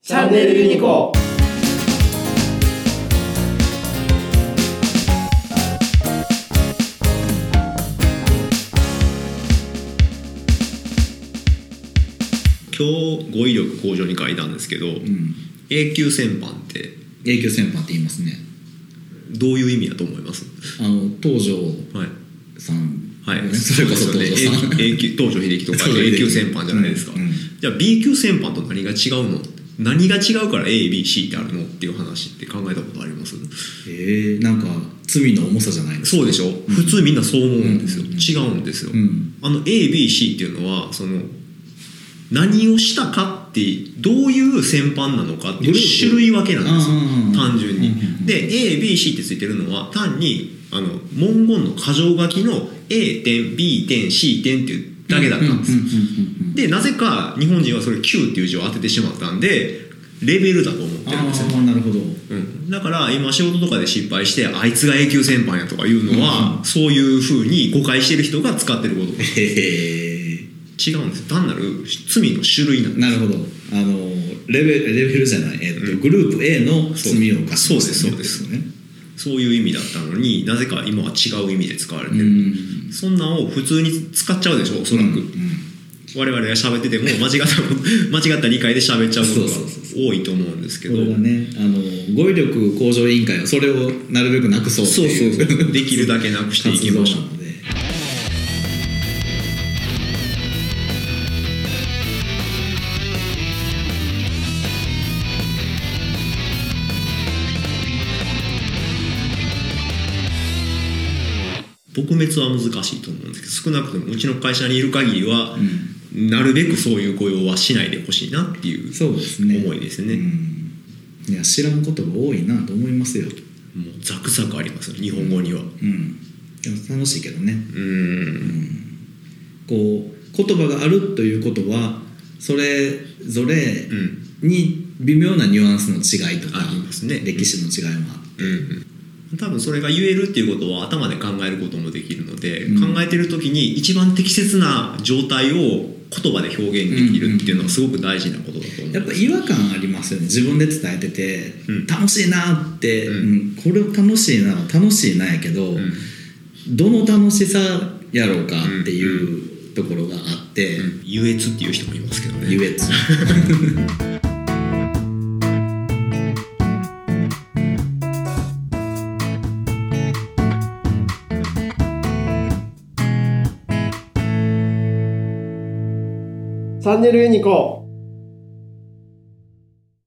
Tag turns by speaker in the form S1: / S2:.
S1: チャンネルユニコ
S2: 今日語彙力向上に書いたんですけど、
S3: うん、
S2: 永久戦犯って
S3: 永久戦犯って言いますね
S2: どういう意味だと思います
S3: あの東条
S2: はい
S3: さん、
S2: はい、
S3: ね それこそ東条さん、
S2: ね永久東条英機とか
S3: 東条英
S2: 永
S3: 機
S2: 久戦犯じゃないですか、
S3: うんうん
S2: じゃあ B 級戦犯と何が違うの何が違うから ABC ってあるのっていう話って考えたことあります
S3: えー、なんか罪の重さじゃないです
S2: そうでしょ、普通みんなそう思うんですよ、
S3: うん
S2: 違うんですよ、
S3: うん
S2: あの ABC っていうのはその何をしたかってどういう戦犯なのかってい
S3: グル
S2: う
S3: ープ
S2: 種類分けなんですよ
S3: うんうんうん
S2: 単純
S3: うんうんう
S2: に。
S3: ん
S2: で ABC ってついてるのは単にあの文言の箇条書きの A 点 B 点 C 点っていうだけだったんですよ。でなぜか日本人はそれ Q っていう字を当ててしまったんでレベルだと思ってるんですよ
S3: あ。あなるほど
S2: うん、だから今仕事とかで失敗してあいつが永久戦犯やとかいうのは、そういうふうに誤解してる人が使ってること
S3: へえ
S2: 違うんですよ単なる罪の種類なんです
S3: なるほどあのレベルレベルじゃない、えっと
S2: うん
S3: グループ A の罪を犯しました
S2: そうですそう
S3: ね
S2: そういう意味だったのになぜか今は違う意味で使われ
S3: う
S2: て
S3: ん
S2: る、そんなんを普通に使っちゃうでしょおそらく、
S3: うん
S2: 我々が喋ってても間違った 間違った理解で喋っちゃうことが
S3: そうそうそうそ
S2: 多いと思うんですけ
S3: こ
S2: ど
S3: れがねあの語彙力向上委員会はそれをなるべくなくそうっていう
S2: そう そうそうできるだけなくしていきましょう
S3: 活動なので
S2: 撲滅は難しいと思うんですけど少なくともうちの会社にいる限りは、
S3: うん
S2: なるべくそういう雇用はしないでほしいなっていう
S3: そうですね
S2: 思いですね
S3: うんいや知らんことが多いなと思いますよ、
S2: もうザクザクありますよ日本語には
S3: うん、でも楽しいけどね
S2: うーん
S3: こう言葉があるということはそれぞれ
S2: うん
S3: に微妙なニュアンスの違いとか
S2: ありますね
S3: 歴史の違いもあって
S2: うん多分それが言えるっていうことは頭で考えることもできるので、
S3: うん
S2: 考えてる時に一番適切な状態を言葉で表現できるっていうのはすごく大事なことだと思う
S3: やっぱ違和感ありますよね自分で伝えてて、
S2: うん
S3: 楽しいなって、
S2: う
S3: うんこれ楽しいなは楽しいなんやけど、
S2: うん
S3: どの楽しさやろうかっていうところがあって、
S2: うん優越っていう人もいますけどね
S3: 優越
S1: チャンネルユニコ